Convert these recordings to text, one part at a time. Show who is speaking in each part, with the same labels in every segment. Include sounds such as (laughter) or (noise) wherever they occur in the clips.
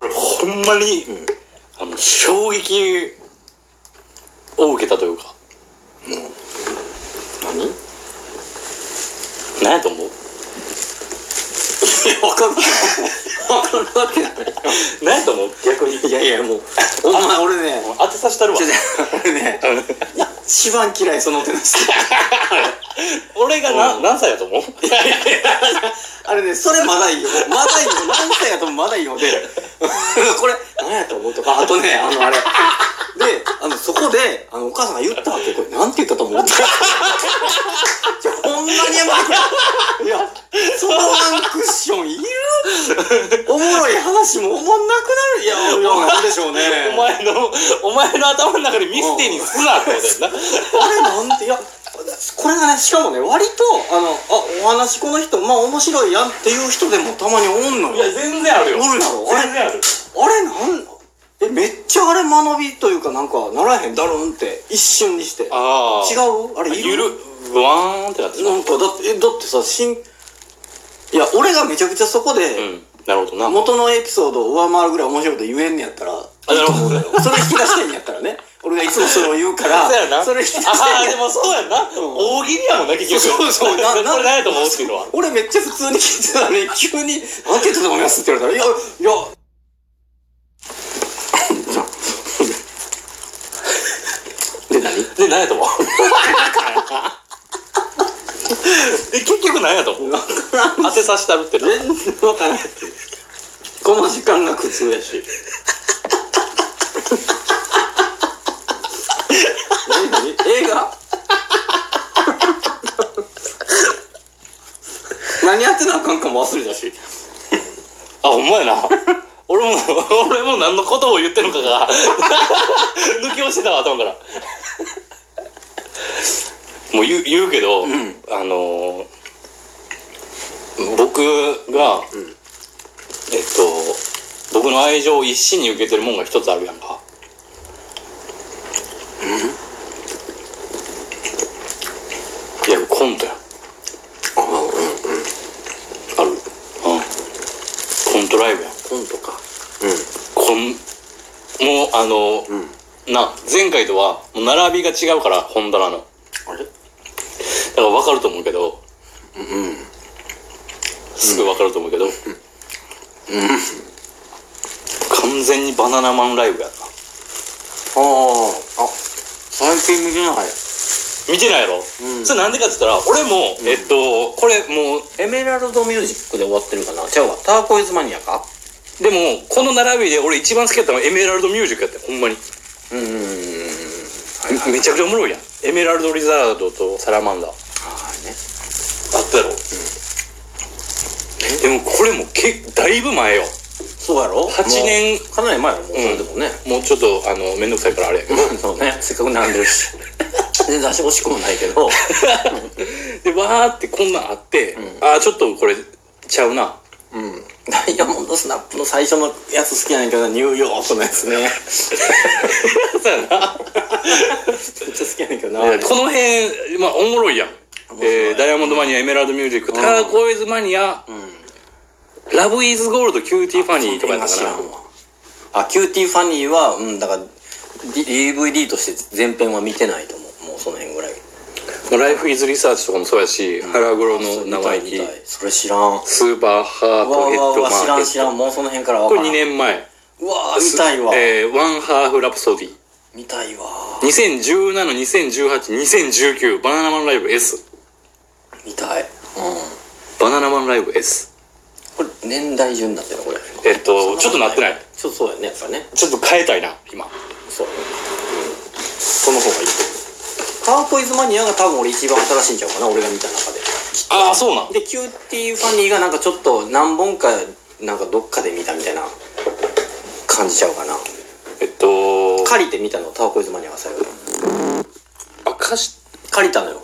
Speaker 1: ほんまに、あの衝撃を受けたというか何何やと思う
Speaker 2: 分かんない分かんなって
Speaker 1: 何やと思う逆に
Speaker 2: いやいやもうお前俺ね
Speaker 1: もう当てさせたるわ
Speaker 2: ちょちょ俺ね一番嫌いその手の人
Speaker 1: 俺がな、何歳やと (laughs) 思う
Speaker 2: あれねそれまだいいよまだいいよ何歳やともまだいいよで (laughs) これ何やと思うとかあとねあのあれであのそこであのお母さんが言ったわけこれなんて言ったと思うちょほんまにやばいいやそのワンクッションいるおもろい話もおもんなくなるいやおもろいでしょうね
Speaker 1: お前のお前の頭の中でミステリーすなってことやんな
Speaker 2: あれなんていやこれがねしかもね割とあのあお話この人まあ面白いやんっていう人でもたまにおんの
Speaker 1: い
Speaker 2: よ
Speaker 1: や全然あるよ
Speaker 2: おるだろあれ
Speaker 1: 全然ある
Speaker 2: あれなんえめっちゃあれ学びというかなんかならへんだろんって一瞬にして違
Speaker 1: ああ
Speaker 2: うあれい
Speaker 1: ゆるブワーンってなってしまう
Speaker 2: なんかだってえだってさしんいや俺がめちゃくちゃそこ
Speaker 1: う
Speaker 2: で
Speaker 1: んなるほどな
Speaker 2: 元のエピソードを上回るぐらい面白いこと言えんねやったら
Speaker 1: あなるほど
Speaker 2: いいと思うよそれ引き出してんやった
Speaker 1: (laughs)
Speaker 2: らね俺がいつもそれを言うから
Speaker 1: そうやな
Speaker 2: それ引き出してん
Speaker 1: ああ
Speaker 2: や
Speaker 1: でもそうやんな、大喜利やもんな結局
Speaker 2: そうそうそうな
Speaker 1: (laughs)
Speaker 2: な
Speaker 1: これ何やと思うっていうのは
Speaker 2: 俺めっちゃ普通に聞いてたのに急に「何て言ってたと思います?」って言われたら「いやい
Speaker 1: (laughs)
Speaker 2: や」で何
Speaker 1: で何やと思うえ結局何やと思う当てさせたるってな
Speaker 2: 全然わからないこの時間が苦痛やし (laughs) 何何映画何やってなあかんかも忘れたし
Speaker 1: あほんまやな (laughs) 俺も俺も何のことを言ってるのかが (laughs) 抜き落ちてたわ頭からもう言う言うけど、あのー僕が、えっと僕の愛情を一身に受けてるもんが一つあるやんか、いやコントやん
Speaker 2: あうんうんある
Speaker 1: うんコントライブやん
Speaker 2: コントか
Speaker 1: こんもうあの、な前回とはもう並びが違うから本棚の
Speaker 2: あれ
Speaker 1: だから分かると思うけどすぐ分かると思うけど、完全にバナナマンライブやな
Speaker 2: ああ、あ、最近見てない。
Speaker 1: 見てないやろ、
Speaker 2: うん
Speaker 1: それなんでかって言ったら俺も、えっとこれもう
Speaker 2: エメラルドミュージックで終わってるかなちゃうわ、ターコイズマニアか
Speaker 1: でもこの並びで俺一番好きだったのはエメラルドミュージックやったよほんまに、
Speaker 2: うんうんうんうん。はい (laughs) はい
Speaker 1: めちゃくちゃおもろいやんエメラルドリザードとサラマンダー
Speaker 2: はいね。
Speaker 1: あったやろ、でもこれもけだいぶ前よ
Speaker 2: そうやろ
Speaker 1: 8年
Speaker 2: もうかなり前やろ、もうそれでもね。
Speaker 1: もうちょっとあの面倒くさいからあれやけど
Speaker 2: (laughs) そうね、せっかく並んでるし。 (laughs) 全然足惜しくもないけど。
Speaker 1: でわーってこんなんあって、ああちょっとこれちゃうな
Speaker 2: うん。ダイヤモンドスナップの最初のやつ好きなんやけどな、ニューヨークのやつね。 (laughs) めっ
Speaker 1: そうやな
Speaker 2: ちゃ好きやねんけどな。
Speaker 1: (laughs) いやこの辺まあおもろいやん
Speaker 2: 面白い
Speaker 1: えー、ダイヤモンドマニアエメラルドミュージック、ターコイズマニア、ラブイズゴールドキューティーファニーとかやった
Speaker 2: 知
Speaker 1: からなん
Speaker 2: わあキューティーファニーはうんだから D- DVD として前編は見てないと思うもうその辺ぐらい
Speaker 1: もうライフイズリサーチとかもそうやし、腹黒の
Speaker 2: 見た
Speaker 1: 生
Speaker 2: い
Speaker 1: 意気
Speaker 2: 見たいそれ知らんわ
Speaker 1: スーパーハー
Speaker 2: ーわ
Speaker 1: トヘッ
Speaker 2: ー
Speaker 1: ド
Speaker 2: わ
Speaker 1: マ
Speaker 2: ー知ら
Speaker 1: ー
Speaker 2: ん
Speaker 1: ケッ
Speaker 2: 知らんもうその辺からわ
Speaker 1: トこ
Speaker 2: から
Speaker 1: れ2
Speaker 2: ん
Speaker 1: 年前
Speaker 2: うわー見たいわ、
Speaker 1: えー、ワンハーフラプソディ
Speaker 2: 見たいわ
Speaker 1: 201720182019バナナマンライブ S
Speaker 2: 見たいうん
Speaker 1: バナナマンライブ S
Speaker 2: これ年代順だったよこれ
Speaker 1: えっとちょっとなってない
Speaker 2: ちょっとそうやねやっぱね
Speaker 1: ちょっと変えたいな今
Speaker 2: そうやね、その方がいいカーポイズマニアが多分俺一番新しいんちゃうかな俺が見た中で
Speaker 1: ああそうなん
Speaker 2: でキューティーファニーがなんかちょっと何本かなんかどっかで見たみたいな感じちゃうかな
Speaker 1: えっと
Speaker 2: 借りて見たのタワコイズマニアが最後
Speaker 1: あ貸し
Speaker 2: 借りたのよ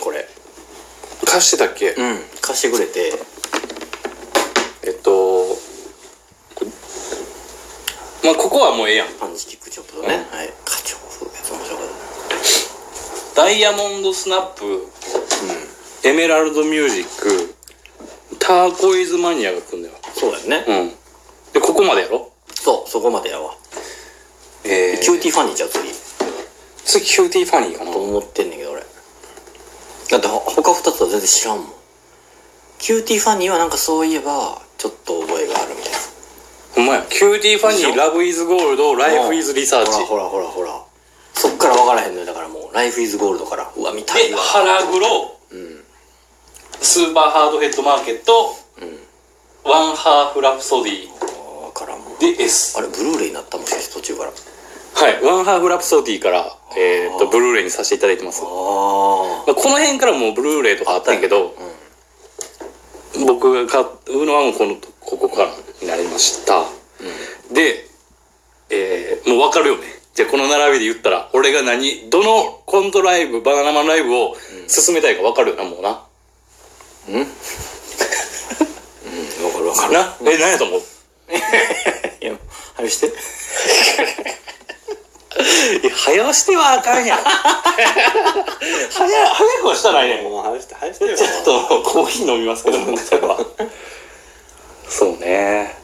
Speaker 2: これ
Speaker 1: 貸してたっけ、
Speaker 2: うん貸してくれて
Speaker 1: えっとこまあここはもうええやん
Speaker 2: パンチキックチョップとね、はい課長風やつ面白かっ
Speaker 1: ダイヤモンドスナップ、エメラルドミュージックターコイズマニアが来んだよ
Speaker 2: たそうだよね、
Speaker 1: うんでここまでやろ
Speaker 2: そうそこまでやわ。
Speaker 1: えー、
Speaker 2: キューティーファニーじゃう次。
Speaker 1: 次キューティーファニーかな
Speaker 2: と思ってんねんけど俺だってほ他2つは全然知らんもんキューティーファニーはなんかそういえばちょっと覚えがあるみたいな
Speaker 1: ほんまやキューティーファニーラブイズゴールドライフイズリサーチ
Speaker 2: ほらほらほらほらそっから分からへんのよだからもう「ライフイズゴールドからうわ見たい
Speaker 1: で
Speaker 2: わ
Speaker 1: 腹黒
Speaker 2: うん
Speaker 1: スーパーハードヘッドマーケット
Speaker 2: うん
Speaker 1: ワンハーフラプソディ
Speaker 2: 分からんもん
Speaker 1: で S
Speaker 2: あれブルーレイになったもしかして途中からあ
Speaker 1: はいワンハーフラプソディからえー、っとブルーレイにさせていただいてます
Speaker 2: あ
Speaker 1: まあこの辺からもうブルーレイとかあったんやけど、僕が買うのはもうこのここからになりました、で、えー、もう分かるよねじゃあこの並びで言ったら俺が何どのコントライブバナナマンライブを進めたいか分かるよなもうな
Speaker 2: うんうん分かる分かる
Speaker 1: なえ何やと思う
Speaker 2: いやあれして
Speaker 1: いや早押してはあかんやん早早くはしたらええねん
Speaker 2: もう話して話 (laughs) してよ
Speaker 1: ちょっとコーヒー飲みますけどもそれはそうね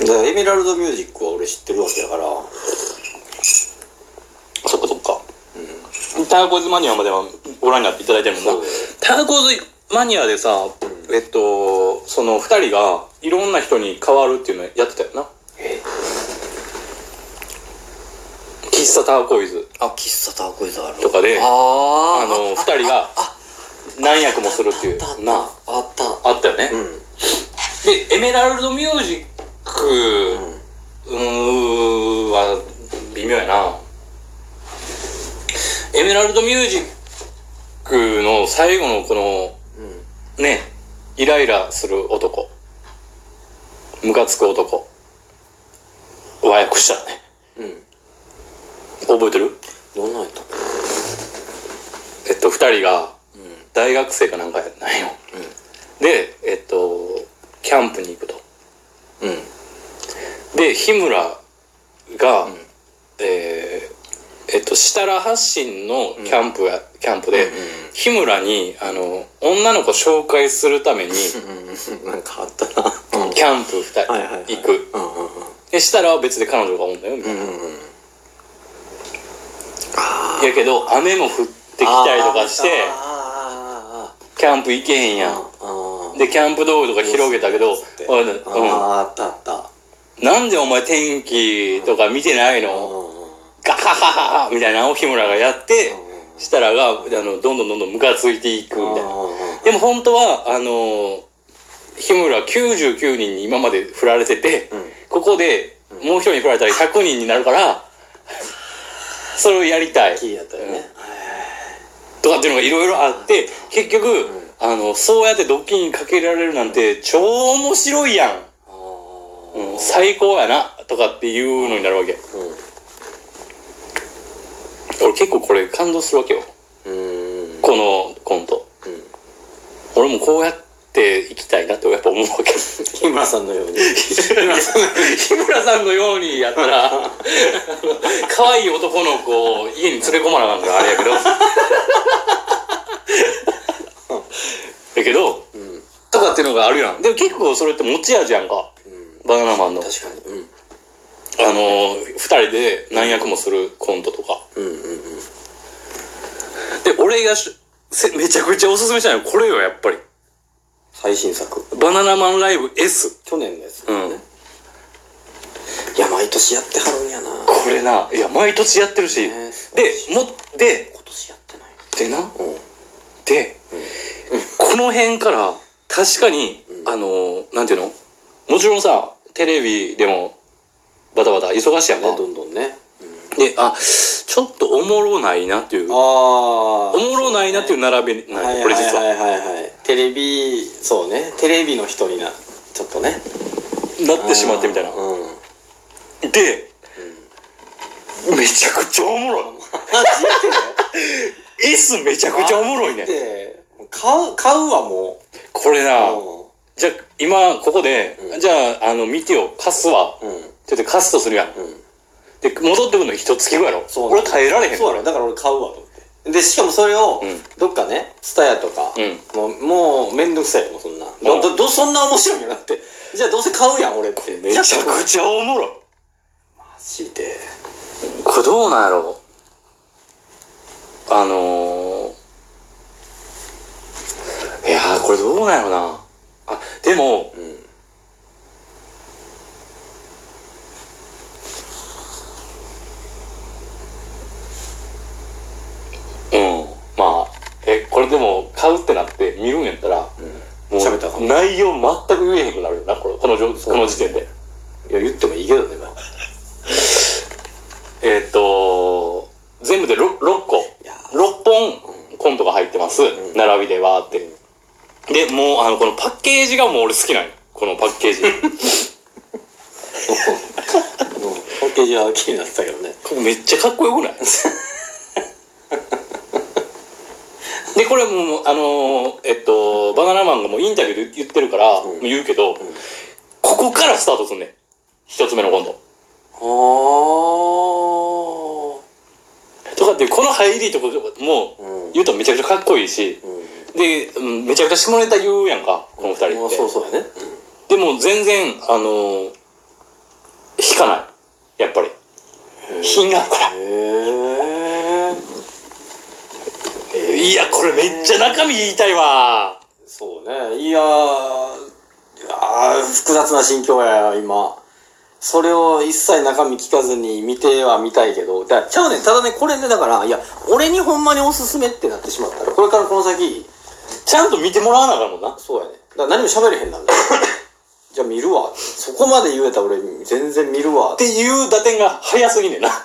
Speaker 2: だからエメラルドミュージックは俺知ってるわけだから
Speaker 1: そっかそっか。ターコイズマニアまではご覧になっていただいてるもんな
Speaker 2: そう。
Speaker 1: ターコイズマニアでさ、えっと、その二人がいろんな人に変わるっていうのやってたよな。
Speaker 2: え
Speaker 1: 喫茶ターコイズ
Speaker 2: あ喫茶ターコイズある
Speaker 1: とかで、
Speaker 2: あ
Speaker 1: あ
Speaker 2: ああ
Speaker 1: の、二人が何役もするってい
Speaker 2: あった
Speaker 1: う。なあ、
Speaker 2: あった
Speaker 1: あったよね。
Speaker 2: ん
Speaker 1: で、エメラルドミュージック、うーん、は微妙やな。エメラルドミュージックの最後のこの、
Speaker 2: うん
Speaker 1: ねイライラする男ムカつく男和訳したらね
Speaker 2: うん
Speaker 1: 覚えてる
Speaker 2: どんなんやったっけ
Speaker 1: えっと二人が
Speaker 2: うん
Speaker 1: 大学生かなんかやないよでえっとキャンプに行くと
Speaker 2: うんうん
Speaker 1: で日村が、
Speaker 2: ん
Speaker 1: えーえっと設楽発信のキャンプや、キャンプで、
Speaker 2: うんうんうん
Speaker 1: 日村にあの女の子紹介するために
Speaker 2: うんなんかあったなうん
Speaker 1: キャンプ二人
Speaker 2: はいはいはい
Speaker 1: 行く
Speaker 2: うんうん
Speaker 1: で設楽は別で彼女がおんだよみたいな
Speaker 2: うんうんうんうんあー
Speaker 1: やけど雨も降ってきたりとかして
Speaker 2: あー
Speaker 1: キャンプ行けへんや
Speaker 2: あーあーあー
Speaker 1: ん
Speaker 2: あー
Speaker 1: でキャンプ道具とか広げたけど
Speaker 2: って
Speaker 1: おい
Speaker 2: あ
Speaker 1: う
Speaker 2: ーあったあった
Speaker 1: ん、なんでお前天気とか見てないの
Speaker 2: うんうん
Speaker 1: ガハハハハみたいなのを日村がやって設楽があのどんどんどんどんムカついていくみたいなでも本当はあの日村99人に今まで振られてて、
Speaker 2: うん
Speaker 1: ここでもう一人に振られたら100人になるからそれをやりたい
Speaker 2: キーやったよね
Speaker 1: とかっていうのがいろいろあって結局、あのそうやってドッキリにかけられるなんて超面白いやん、
Speaker 2: あー
Speaker 1: うん、最高やなとかっていうのになるわけ俺結構これ感動するわけよ
Speaker 2: うんうん
Speaker 1: このコント
Speaker 2: うん
Speaker 1: 俺もこうやっていきたいなってやっぱ思うわけ
Speaker 2: 日村さんのよう
Speaker 1: (laughs)
Speaker 2: に
Speaker 1: 日村さんのようにやった
Speaker 2: (laughs)
Speaker 1: らあの可愛い男の子を家に連れ込まなあかんからあれやけ
Speaker 2: (laughs)
Speaker 1: どだけど
Speaker 2: うんうん
Speaker 1: とかっていうのがあるやんでも結構それって持ち味やんかバナナマンの
Speaker 2: 確かにうん
Speaker 1: あのー、二人で何役もするコントとか。
Speaker 2: うんうんうん
Speaker 1: で、俺がしせめちゃくちゃおすすめしたのはこれよ、やっぱり。
Speaker 2: 最新作
Speaker 1: バナナマンライブ S。
Speaker 2: 去年のやつ、
Speaker 1: うん
Speaker 2: いや毎年やってはるんやな今
Speaker 1: これな、いや、毎年やってるし。で
Speaker 2: ね、
Speaker 1: も、で、
Speaker 2: 年やってない
Speaker 1: でな、
Speaker 2: うん
Speaker 1: で、この辺から、確かに、あのー、なんていうのもちろんさ、テレビでも、バタバタ忙しいやんか
Speaker 2: ね。どんどんね、
Speaker 1: で、あ、ちょっとおもろないなっていう。
Speaker 2: あ
Speaker 1: お
Speaker 2: あは
Speaker 1: もろないなっていう並び
Speaker 2: い
Speaker 1: なん
Speaker 2: はい
Speaker 1: よ、こ
Speaker 2: はい
Speaker 1: れ実は。
Speaker 2: はいはいテレビそうねテレビの人になちょっとね
Speaker 1: なってしまってみたいな。
Speaker 2: うんマ
Speaker 1: で、めちゃくちゃおもろい。S めちゃくちゃおもろいね
Speaker 2: ジ。で買う買うわも
Speaker 1: これな、
Speaker 2: う
Speaker 1: じゃあ今ここで、
Speaker 2: うん
Speaker 1: じゃあ、あの、見てよ、貸すわ。
Speaker 2: うんうん
Speaker 1: ちょっと貸すとするやん。
Speaker 2: うん
Speaker 1: で、戻ってくるの一月後やろ。
Speaker 2: そう
Speaker 1: 俺耐えられへん。
Speaker 2: (laughs) そうやろだから俺買うわと思ってでしかもそれを
Speaker 1: うん
Speaker 2: どっかね TSUTAYA とか、
Speaker 1: うん
Speaker 2: もうもうめんどくさいよそんな、
Speaker 1: うん
Speaker 2: どどそんな面白いよなってじゃあどうせ買うやん、俺って。
Speaker 1: めちゃくちゃおもろい。
Speaker 2: マジで。
Speaker 1: これどうなんやろうあのー、いやーこれどうなんやろなあでも
Speaker 2: うん。
Speaker 1: うんまあえこれでも買うってなって見るんやったらもう
Speaker 2: 喋ったらあかん
Speaker 1: 内容全く言えへんくなるよなこれこの状この時点で
Speaker 2: いや、言ってもいいけどね、まあ
Speaker 1: えーっと全部で 6, 六個
Speaker 2: いや
Speaker 1: 6本コントが入ってます、
Speaker 2: うん
Speaker 1: 並びでわーってでもうあのこのパッケージがもう俺好きなんよこのパッケー
Speaker 2: (laughs)
Speaker 1: ジ
Speaker 2: うんパッケージは気になってたけどね。
Speaker 1: これめっちゃかっこ
Speaker 2: (laughs)
Speaker 1: よくないでこれもうあのーえっとバナナマンがもうインタビューで言ってるから、
Speaker 2: うん
Speaker 1: もう言うけど、ここからスタートすんねん一つ目のコント
Speaker 2: ああ。
Speaker 1: とかってこの入りとかも
Speaker 2: うん
Speaker 1: 言うとめちゃくちゃかっこいいしで、うん、めちゃくちゃ下ネタ言うやんかこの二人って、
Speaker 2: まあそうそうやね。
Speaker 1: でも全然あのー引かないやっぱり品があるから
Speaker 2: へえ。
Speaker 1: いやこれめっちゃ中身言いたいわ
Speaker 2: そうね。いやー、いやー複雑な心境や、今。それを一切中身聞かずに見ては見たいけど、だちゃうねん、ただね、これね、だから、いや、俺にほんまにおすすめってなってしまったら、これからこの先、
Speaker 1: ちゃんと見てもらわなあかんもんな
Speaker 2: そうやね。だから何も喋れへんなんだよじゃあ見るわ。そこまで言えた俺、全然見る
Speaker 1: (laughs)
Speaker 2: わ
Speaker 1: っ。ていう打点が早すぎねんな。な